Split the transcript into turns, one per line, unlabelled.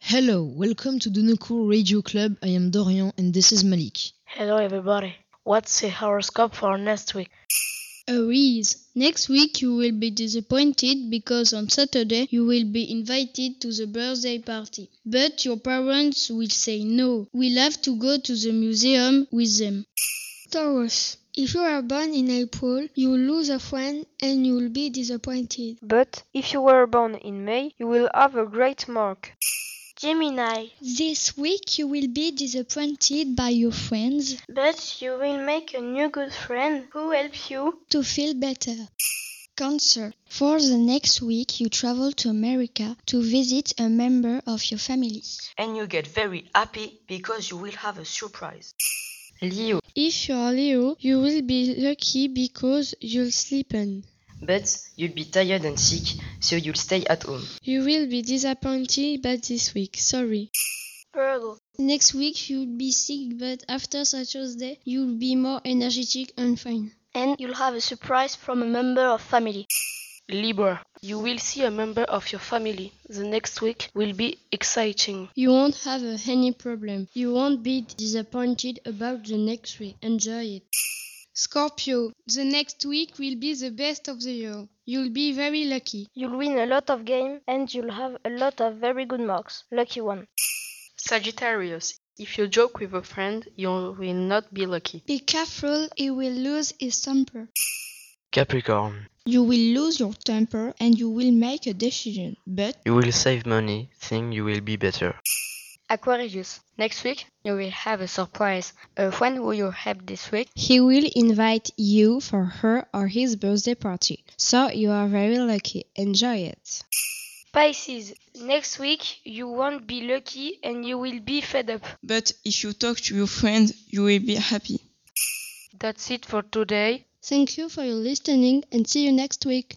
Hello, welcome to Dunoku Radio Club. I am Dorian and this is Malik.
Hello, everybody. What's the horoscope for next week?
Aries, next week you will be disappointed because on Saturday you will be invited to the birthday party. But your parents will say no. We'll have to go to the museum with them.
Taurus, if you are born in April, you will lose a friend and you will be disappointed.
But if you were born in May, you will have a great mark.
Gemini,
This week you will be disappointed by your friends
but you will make a new good friend who helps you.
to feel better. Cancer, for the next week you travel to America to visit a member of your family.
and you get very happy because you will have a surprise.
Leo.
If you are Leo, you will be lucky because you'll sleepen.
But you'll be tired and sick, so you'll stay at home.
You will be disappointed by this week, sorry.
Virgo,
Next week you'll be sick, but after Saturday you'll be more energetic and fine.
and you'll have a surprise from a member of family.
Libra. You will see a member of your family. The next week will be exciting.
You won't have uh, any problem. You won't be disappointed about the next week. Enjoy it.
Scorpio, the next week will be the best of the year. You'll be very lucky.
You'll win a lot of games and you'll have a lot of very good marks. Lucky one.
Sagittarius. If you joke with a friend, you will not be lucky.
Be careful, he will lose his temper.
Capricorn,
You will lose your temper and you will make a decision, but
you will save money, think you will be better.
Aquarius, next week you will have a surprise. A friend who you helped this week
he will invite you for her or his birthday party. So you are very lucky. Enjoy it.
Pisces, next week you won't be lucky and you will be fed up.
But if you talk to your friend, you will be happy.
That's it for today.
Thank you for your listening and see you next week.